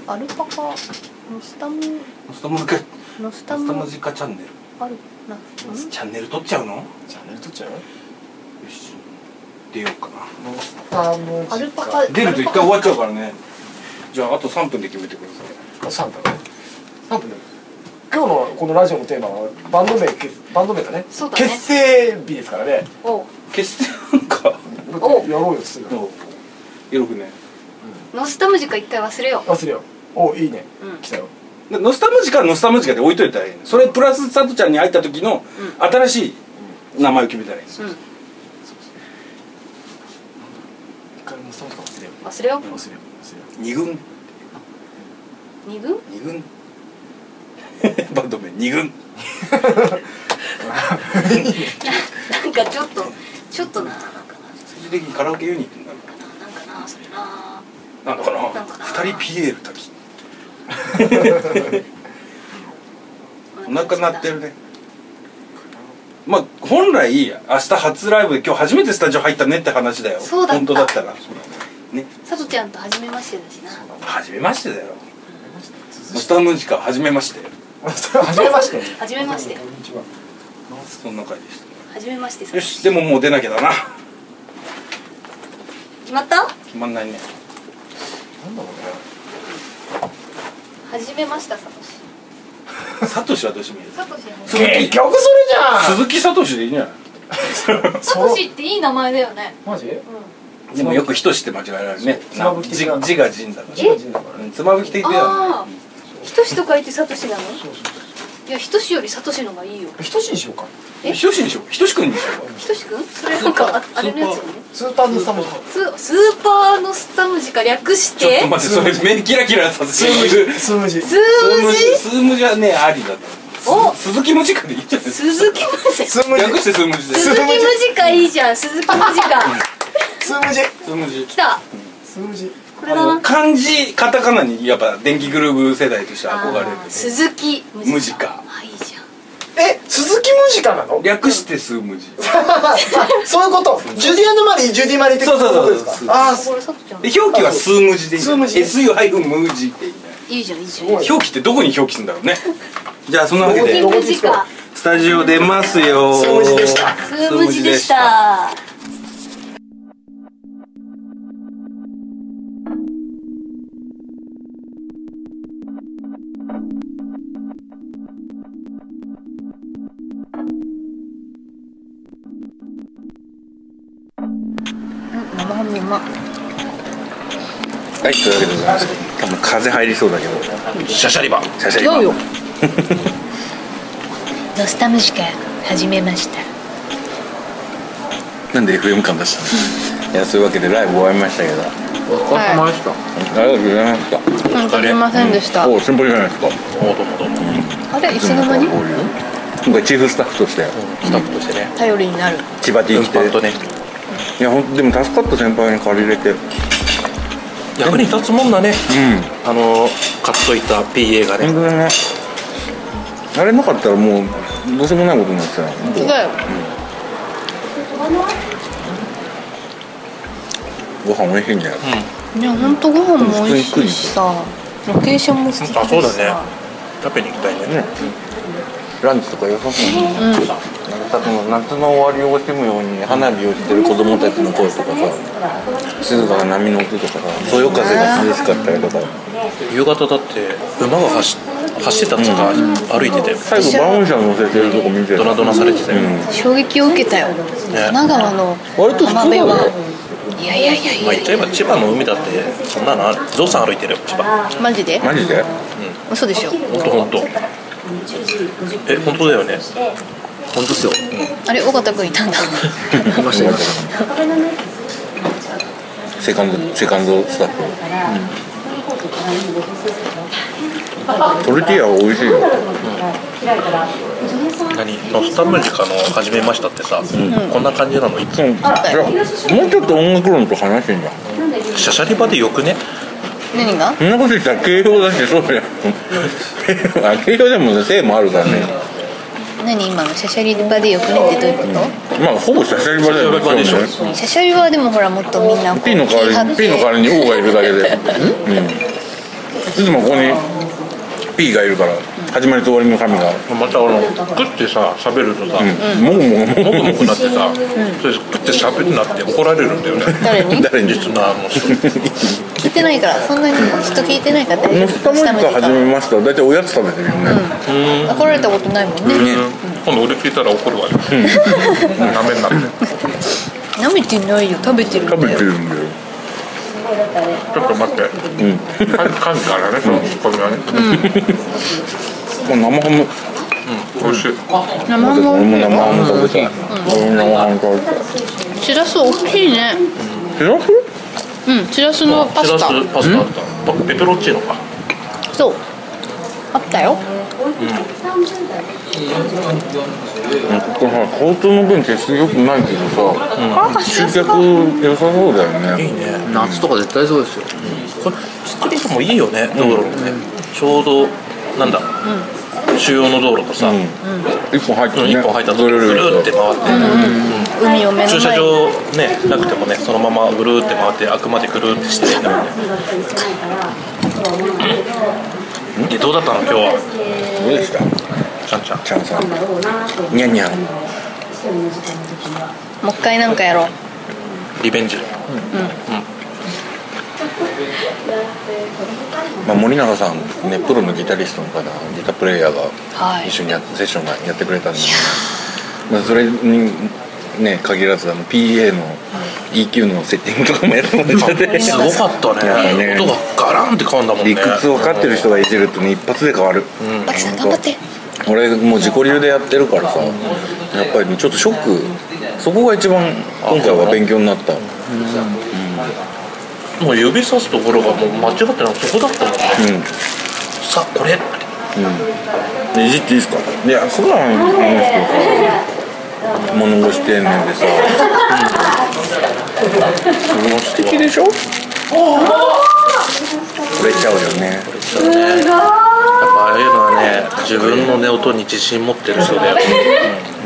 [SPEAKER 2] あアルパカノスタム
[SPEAKER 1] ノスタムジカ
[SPEAKER 2] ノスタ
[SPEAKER 1] ノスタ
[SPEAKER 2] ム
[SPEAKER 1] ムジカチャンネル
[SPEAKER 2] あるな
[SPEAKER 1] チャンネル取っちゃうのよ
[SPEAKER 3] チャンネル取っちゃうよ
[SPEAKER 1] し出ようかな
[SPEAKER 3] ノスタムジカ
[SPEAKER 2] アルパカ
[SPEAKER 1] 出ると一回終わっちゃうからねじゃああと3分で決めてくださ
[SPEAKER 3] 3分3分で今日のこのラジオのテーマはバンド名けバンド名だね
[SPEAKER 2] そうだね
[SPEAKER 3] 結成日ですからね
[SPEAKER 2] おう
[SPEAKER 1] い決してなんか
[SPEAKER 3] だってやろうよすぐ
[SPEAKER 1] どうよくね
[SPEAKER 2] ノスタムジカ一回忘れよ
[SPEAKER 3] 忘れよおいいね、
[SPEAKER 2] うん
[SPEAKER 3] 来たよ
[SPEAKER 1] でノスタムジカはノスタムジカで置いといたらいいのそれプラスサトちゃんに会った時の新しい名前を決めたらいいの
[SPEAKER 2] ううん
[SPEAKER 3] 一回もそうか忘れよ
[SPEAKER 2] 忘れよ
[SPEAKER 3] う忘れよう忘れよ
[SPEAKER 1] 二軍
[SPEAKER 2] 二軍
[SPEAKER 1] 二軍 バンド名二軍
[SPEAKER 2] なんかちょっとちょっとななんか
[SPEAKER 1] 最終的にカラオケユニットになる
[SPEAKER 2] ななんかなそれな
[SPEAKER 1] なんだか
[SPEAKER 2] な
[SPEAKER 1] なん
[SPEAKER 2] かな
[SPEAKER 1] 二人ピエール滝お腹鳴ってるねまあ本来明日初ライブで今日初めてスタジオ入ったねって話だよ
[SPEAKER 2] そうだった
[SPEAKER 1] 本当だったらね
[SPEAKER 2] さとちゃんと初めましてだしな
[SPEAKER 1] 初めましてだよノスタムジカ初めまして
[SPEAKER 3] うそれ初めまして
[SPEAKER 2] 初めまして
[SPEAKER 1] そんな回でし
[SPEAKER 2] 初めまして
[SPEAKER 1] た
[SPEAKER 2] さ
[SPEAKER 1] よしでももう出なきゃだな
[SPEAKER 2] 決まった
[SPEAKER 1] 決まんないね
[SPEAKER 3] なんだろうね
[SPEAKER 2] 初めましたさとし
[SPEAKER 1] サトシはどうしてもいいです
[SPEAKER 2] さとし
[SPEAKER 1] 鈴木
[SPEAKER 3] 結局それじゃん
[SPEAKER 1] 鈴木サトシでいいんじゃ
[SPEAKER 2] さとしっていい名前だよね
[SPEAKER 3] マジ
[SPEAKER 2] うん
[SPEAKER 1] ないでもよく人して間違えられるね
[SPEAKER 3] つまぶき
[SPEAKER 1] 字
[SPEAKER 3] 的な
[SPEAKER 1] 字が人だから
[SPEAKER 2] え
[SPEAKER 3] 人だから
[SPEAKER 1] うんつまぶき的だよね
[SPEAKER 2] ああひとしと書いてさとしなの
[SPEAKER 3] そうそうそ
[SPEAKER 2] いやひとしよりさとしの方がいいよ
[SPEAKER 3] うひとしにしようか
[SPEAKER 2] え
[SPEAKER 1] ひとしにしようひとしくんにしようか
[SPEAKER 2] ひとしくんそれなんかああれのやつよね
[SPEAKER 3] スーパーのスタムジカ
[SPEAKER 2] ススーパーのスタムジカ略し
[SPEAKER 1] ちょっと
[SPEAKER 2] て
[SPEAKER 1] 待ってそれ目キラキラさせてる
[SPEAKER 3] スムジ
[SPEAKER 2] スームジ
[SPEAKER 1] スームジはねありだ
[SPEAKER 2] お
[SPEAKER 1] と鈴木ムジカでいいんじゃないですか
[SPEAKER 2] 鈴木まじ
[SPEAKER 3] スムジ
[SPEAKER 1] 略してスームジで
[SPEAKER 2] 鈴木ムジカいいじゃん鈴木ムジカ
[SPEAKER 3] スムジ
[SPEAKER 1] スームジ
[SPEAKER 2] 来た
[SPEAKER 3] スムジ
[SPEAKER 2] これ
[SPEAKER 1] あ
[SPEAKER 2] だ
[SPEAKER 1] の
[SPEAKER 2] な
[SPEAKER 1] 漢字カタカナにやっぱ電気グルーブ世代として憧れるよね
[SPEAKER 2] あー鈴木
[SPEAKER 1] ムジカ
[SPEAKER 2] あいいじゃん
[SPEAKER 3] え鈴木ムジカなの
[SPEAKER 1] 略してスームジ
[SPEAKER 3] あそういうことジュディアンドマリージュディマリーってことですか
[SPEAKER 1] そうそうそうそう
[SPEAKER 3] あ
[SPEAKER 2] これさとちゃん
[SPEAKER 1] で表記はスームジでいいんじゃない
[SPEAKER 3] スームジ
[SPEAKER 1] SU 入るムジっていいんじゃない
[SPEAKER 2] いいじゃんいいじゃん
[SPEAKER 1] すごい
[SPEAKER 6] 表記ってどこに表記するんだ ろうねじゃあそんなわけ
[SPEAKER 2] キ
[SPEAKER 6] で
[SPEAKER 2] ングジカ
[SPEAKER 6] スタジオ出ますよ
[SPEAKER 1] 数文字でした
[SPEAKER 2] 数無字でした生ハムうま
[SPEAKER 6] はいというわけでございます多分風入りそうだけどシャシャリバシャシャリバ
[SPEAKER 2] よノスタムジカ始めました
[SPEAKER 6] なんで FM 感出したの いやそういうわけでライブ終わりましたけど
[SPEAKER 7] は
[SPEAKER 6] ありがとうございました
[SPEAKER 7] い、本当にすいませんでした。
[SPEAKER 6] おお先輩じゃないですかおどうもどうも
[SPEAKER 7] あれ、いつの間に
[SPEAKER 6] 交流今回チーフスタッフとしてスタッフとしてね
[SPEAKER 7] 頼りになる。
[SPEAKER 6] 千葉で生きてねいや本当でも助かった先輩に借りれてうん
[SPEAKER 8] 役に立つもんだねあの買っといた PA がね
[SPEAKER 6] 本当だねあれなかったらもうどうしようもないことになってたよ
[SPEAKER 7] 本当だよ。
[SPEAKER 6] ご飯美味しいんだよ
[SPEAKER 7] いや、本当ご飯も美味しいしさ。ロケーションも素敵だしさ。
[SPEAKER 8] あそうだね食べに行きたいね
[SPEAKER 6] ランチとか良さそうね夏の夏の終わりを惜しむように花火をしてる子供たちの声とかさ静かな波の音とかさそよ風が涼しかったりとか
[SPEAKER 8] 夕方だって馬が走っ走ってたっつうか、歩いてたよ
[SPEAKER 6] 最後バウン車乗せてるとこ見て
[SPEAKER 8] ドナドナされてたよ、
[SPEAKER 6] うん
[SPEAKER 7] 衝撃を受けたよ。神奈川の
[SPEAKER 6] 割と普通
[SPEAKER 7] 浜
[SPEAKER 6] だ
[SPEAKER 7] 辺
[SPEAKER 6] よ
[SPEAKER 7] は。いやいやいやい
[SPEAKER 8] ま
[SPEAKER 7] や
[SPEAKER 8] あ言っちゃえば千葉の海だってそんなのあるゾウさん歩いてるよ千葉
[SPEAKER 7] マジで
[SPEAKER 6] マジで
[SPEAKER 7] 嘘でしょ
[SPEAKER 8] ほんとほんとえ本当だよね
[SPEAKER 9] 本当ですよ
[SPEAKER 7] あれ尾形くんいたんだ
[SPEAKER 9] いましたいまし
[SPEAKER 6] セカンドセカンドスタッフ、トルティーヤは美味しいよ
[SPEAKER 8] 何ノスタムジカの「始めました」ってさ、こんな感じなのいつ
[SPEAKER 6] うん、いやもうちょっと音楽論と話してんじゃん
[SPEAKER 8] シャシャリ場でよくね
[SPEAKER 7] 何が
[SPEAKER 6] そんなこと言ったら慶応だしそうじゃん あ慶応でもね性もあるからね、
[SPEAKER 7] 何今のシャシャリ場でよくねってどういうこ
[SPEAKER 6] まあほぼ久しぶりだよね
[SPEAKER 8] 久しぶりでしょ
[SPEAKER 6] 今日もね
[SPEAKER 7] と、シャシャリ場はでもほらもっとみんなこう
[SPEAKER 6] P の代わりに P の代わりに O がいるだけで、うん、いつもここに P がいるから始まりと終わりの神が、
[SPEAKER 8] またあの食ってさ喋るとさ、
[SPEAKER 6] うん、もぐも
[SPEAKER 8] も
[SPEAKER 6] ぐ
[SPEAKER 8] く
[SPEAKER 6] も
[SPEAKER 8] もくなってさ、それ食って喋るなって怒られるんだよね
[SPEAKER 7] 誰に
[SPEAKER 8] 誰に実なあの人
[SPEAKER 7] 聞いてないからそんなにきっと聞いてないから
[SPEAKER 6] ぐ
[SPEAKER 7] 大
[SPEAKER 6] ノ
[SPEAKER 7] 丈
[SPEAKER 6] スタ
[SPEAKER 7] 夫
[SPEAKER 6] ムジカ始めました大体おやつ食べてるよね、
[SPEAKER 7] 怒られたことないもんね、
[SPEAKER 8] 今度俺聞いたら怒るわよ、ダメになって
[SPEAKER 7] 舐めてないよ食べてるんだよ
[SPEAKER 6] 食べてるんだよ
[SPEAKER 8] ちょっと待って、うん、噛むからねそのツッコミはね、
[SPEAKER 6] もう生ハム
[SPEAKER 8] 美味しい
[SPEAKER 7] 生ハム
[SPEAKER 6] 俺も生ハム食べたい俺も生ハム食べたい
[SPEAKER 7] しらす大きいね
[SPEAKER 6] シラフ
[SPEAKER 7] うんしらすのパ
[SPEAKER 8] し
[SPEAKER 7] ス
[SPEAKER 8] らす
[SPEAKER 7] タ
[SPEAKER 8] パスタあったパペペロンチーノか
[SPEAKER 7] そうあったよ
[SPEAKER 6] ここさ交通の分決して良くないけどさ集客良さそうだよ
[SPEAKER 8] いい
[SPEAKER 6] ね
[SPEAKER 8] ね
[SPEAKER 9] た夏とか絶対そうですよ
[SPEAKER 8] これ作りもいいよね道路もね、ちょうどなんだ、主要の道路とさ、
[SPEAKER 6] うん一本入って
[SPEAKER 8] うん
[SPEAKER 6] ね
[SPEAKER 8] 一本入ったとこ
[SPEAKER 6] ぐる
[SPEAKER 8] ぐ
[SPEAKER 6] る
[SPEAKER 8] る
[SPEAKER 6] る
[SPEAKER 8] って回って、
[SPEAKER 7] 海を目の前に
[SPEAKER 8] 駐車場ねなくてもねそのままぐるって回ってあくまでぐるってしてねでどうだったの今日は
[SPEAKER 6] どうでした
[SPEAKER 8] ちゃんちゃん
[SPEAKER 6] ちゃんさんにゃんにゃん
[SPEAKER 7] もう一回なんかやろう
[SPEAKER 8] リベンジ
[SPEAKER 6] まあ、森永さんねプロのギタリストの方ギタープレイヤーが
[SPEAKER 7] はい
[SPEAKER 6] 一緒にやっセッションがやってくれたんで、まあ、それにね限らずあの PA の EQ のセッティングとかもやってもらっちゃって
[SPEAKER 8] すごかった
[SPEAKER 6] やっぱ
[SPEAKER 8] ね
[SPEAKER 6] ね
[SPEAKER 8] 音がガランって変わんだもんね
[SPEAKER 6] 理屈を分かってる人がいじるとね一発で変わる、
[SPEAKER 7] バキさん頑張って
[SPEAKER 6] 俺もう自己流でやってるからさやっぱりねちょっとショックそこが一番今回は勉強になったう
[SPEAKER 8] もう指さすところがもう間違ってなくそこだったもんね
[SPEAKER 6] ん
[SPEAKER 8] さあこれって
[SPEAKER 6] いじっていいですかいやそうなのこの人物腰丁寧でさうんもう素敵でしょ折れちゃうよね
[SPEAKER 8] やっぱああいうのはね自分のね音に自信持ってる人だよね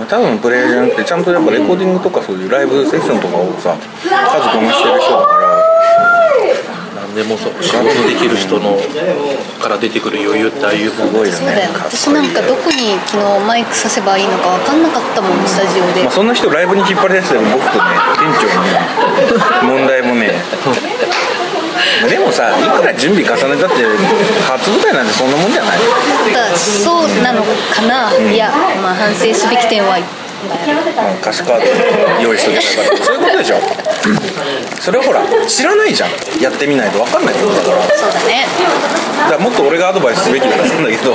[SPEAKER 6] 多分プレイヤーじゃなくてちゃんとやっぱレコーディングとかそういうライブセッションとかをさ数こなしてる人だから
[SPEAKER 8] なん何でもそう仕事できる人のから出てくる余裕ってああいうもん
[SPEAKER 1] ごいよ
[SPEAKER 7] そうだ
[SPEAKER 1] ね
[SPEAKER 7] よ私なんかどこに昨日マイクさせばいいのか分かんなかったもんスタジオで
[SPEAKER 1] まあ、そんな人ライブに引っ張り出しても僕とね店長のね問題もねでもさいくら準備重ねたって初舞台なんてそんなもんじゃない
[SPEAKER 7] だそうなのかな、いやまあ反省すべき点はいっぱいある
[SPEAKER 1] うん歌詞カード用意しとけばよかったそういうことでしょそれはほら知らないじゃんやってみないと分かんないことだから
[SPEAKER 7] そうだね
[SPEAKER 1] だからもっと俺がアドバイスすべきだったんだけど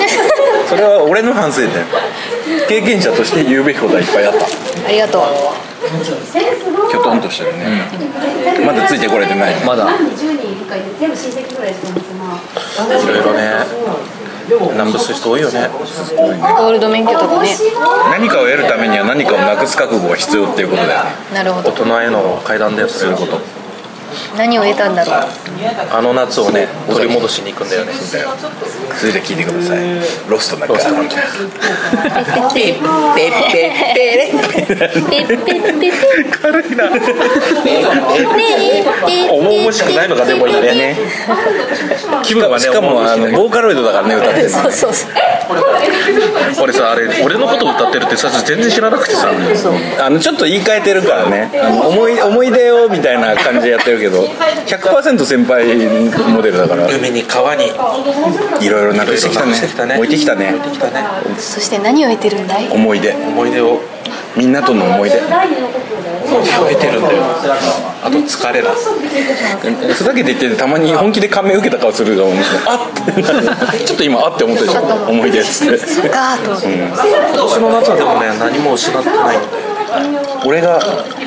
[SPEAKER 1] それは俺の反省点経験者として言うべきことはいっぱいあった
[SPEAKER 7] ありがとう
[SPEAKER 1] きょとんとしてるね、まだついてこれてないね
[SPEAKER 10] まだ
[SPEAKER 5] 10人いるかいて全部親戚ぐらいしかますな。
[SPEAKER 8] いろいろね南部する人多いよね
[SPEAKER 7] ゴールド免許とかね
[SPEAKER 1] 何かを得るためには何かをなくす覚悟が必要っていうことだよね
[SPEAKER 7] なるほ
[SPEAKER 8] 大
[SPEAKER 7] ど
[SPEAKER 8] 人への階段だよそういうこと
[SPEAKER 7] 何を得たんだろう
[SPEAKER 8] あの夏をね取り戻しに行くんだよね
[SPEAKER 1] それで聞いてくださいロストなんか軽いな重々しくないのかでもいいね気分はねしかもあのボーカロイドだからね歌ってる
[SPEAKER 7] そうそうそう
[SPEAKER 8] 俺さあれ俺のこと歌ってるってさ全然知らなくてさ
[SPEAKER 1] あのちょっと言い換えてるからねあの思い思い出をみたいな感じでやってるけど100%先輩モデルだから
[SPEAKER 8] 海に川に
[SPEAKER 1] いろいろなくしてきたね
[SPEAKER 8] 置いてきたね
[SPEAKER 1] 置いてきたね
[SPEAKER 7] そして何を得てるんだい
[SPEAKER 1] 思い出
[SPEAKER 8] 思い出を
[SPEAKER 1] みんなとの思い出
[SPEAKER 8] 覚えてるんだよあと疲れだ
[SPEAKER 1] ふざけて言っててたまに本気で感銘受けた顔するが面白いあっってちょっと今あって思ったでしょ思い出っつって
[SPEAKER 7] ガーッと思って
[SPEAKER 8] 今年の夏はでもね何も失ってないんだよ
[SPEAKER 1] 俺が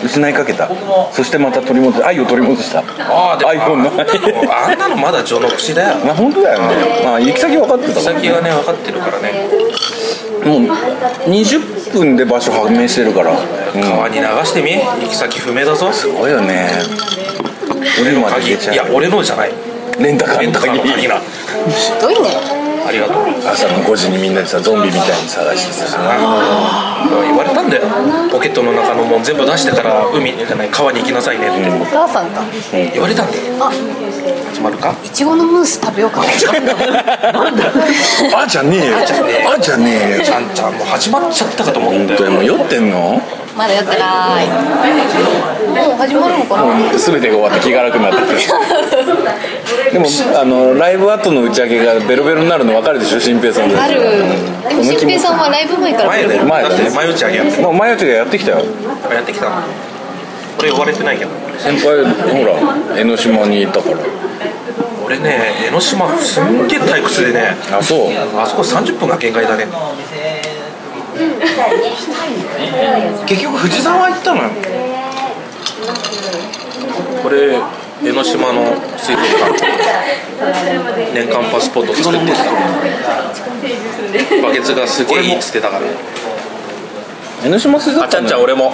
[SPEAKER 1] 失いかけたそしてまた取り戻す愛を取り戻した
[SPEAKER 8] ああでも
[SPEAKER 1] iPhone の
[SPEAKER 8] あんなのまだ序の口だよ
[SPEAKER 1] まあ本当だよね、まあ、行き先分かってたから
[SPEAKER 8] 先がね分かってるからね
[SPEAKER 1] もう20分で場所判明してるから、うん、
[SPEAKER 8] 川に流してみ行き先不明だぞ
[SPEAKER 1] すごいよね俺まで
[SPEAKER 8] 鍵
[SPEAKER 1] 出
[SPEAKER 8] い
[SPEAKER 1] ちゃう
[SPEAKER 8] や俺のじゃない
[SPEAKER 1] レンタカー
[SPEAKER 8] レンタカーの鍵な
[SPEAKER 7] ひどいね
[SPEAKER 8] ありがとう
[SPEAKER 1] 朝の5時にみんなでさゾンビみたいに探してさ
[SPEAKER 8] 言われたんだよポケットの中のもん全部出してから海じゃない川に行きなさいねって、
[SPEAKER 7] お母さんか
[SPEAKER 8] 言われたんだよ
[SPEAKER 7] あ
[SPEAKER 8] 始まるか
[SPEAKER 7] いちごのムース食べようか
[SPEAKER 1] あじゃねえよあじゃねえよ
[SPEAKER 8] ちゃんちゃんもう始まっちゃったかと思った
[SPEAKER 1] 本当
[SPEAKER 8] よ
[SPEAKER 1] にもう酔ってんの
[SPEAKER 7] まだやったらーいもう始まるのかな
[SPEAKER 1] 全てが終わって気が楽になってくる でもあのライブ後の打ち上げがベロベロになるの分かるでしょ新平さん
[SPEAKER 7] あるでも新平さんはライブ前から
[SPEAKER 8] 前だよ
[SPEAKER 1] 前だ
[SPEAKER 8] だ
[SPEAKER 1] ね
[SPEAKER 8] って前打ち上げやって
[SPEAKER 1] まあ、前やつがやってきたよ
[SPEAKER 8] やってきたの俺呼ばれてないけど
[SPEAKER 1] 先輩ほら江ノ島にいたから
[SPEAKER 8] 俺ね江ノ島すんげえ退屈でね
[SPEAKER 1] あそう
[SPEAKER 8] あそこ30分が限界だね
[SPEAKER 1] 結局藤沢行ったのよ
[SPEAKER 8] これ江ノ島の水族館年間パスポート作ってたバケツがすげえいいっつってたから
[SPEAKER 1] 江ノ島水族
[SPEAKER 8] あちゃ
[SPEAKER 1] 館
[SPEAKER 8] んちゃん俺も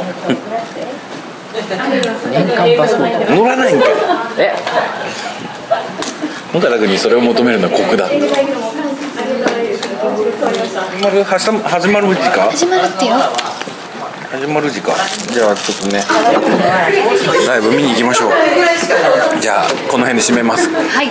[SPEAKER 1] 乗らないんかよえ野田君にそれを求めるのは酷だ始まるはさ始まる時か
[SPEAKER 7] 始まるってよ
[SPEAKER 1] 始まる時かじゃあちょっとねライブ見に行きましょうじゃあこの辺で締めます
[SPEAKER 7] はい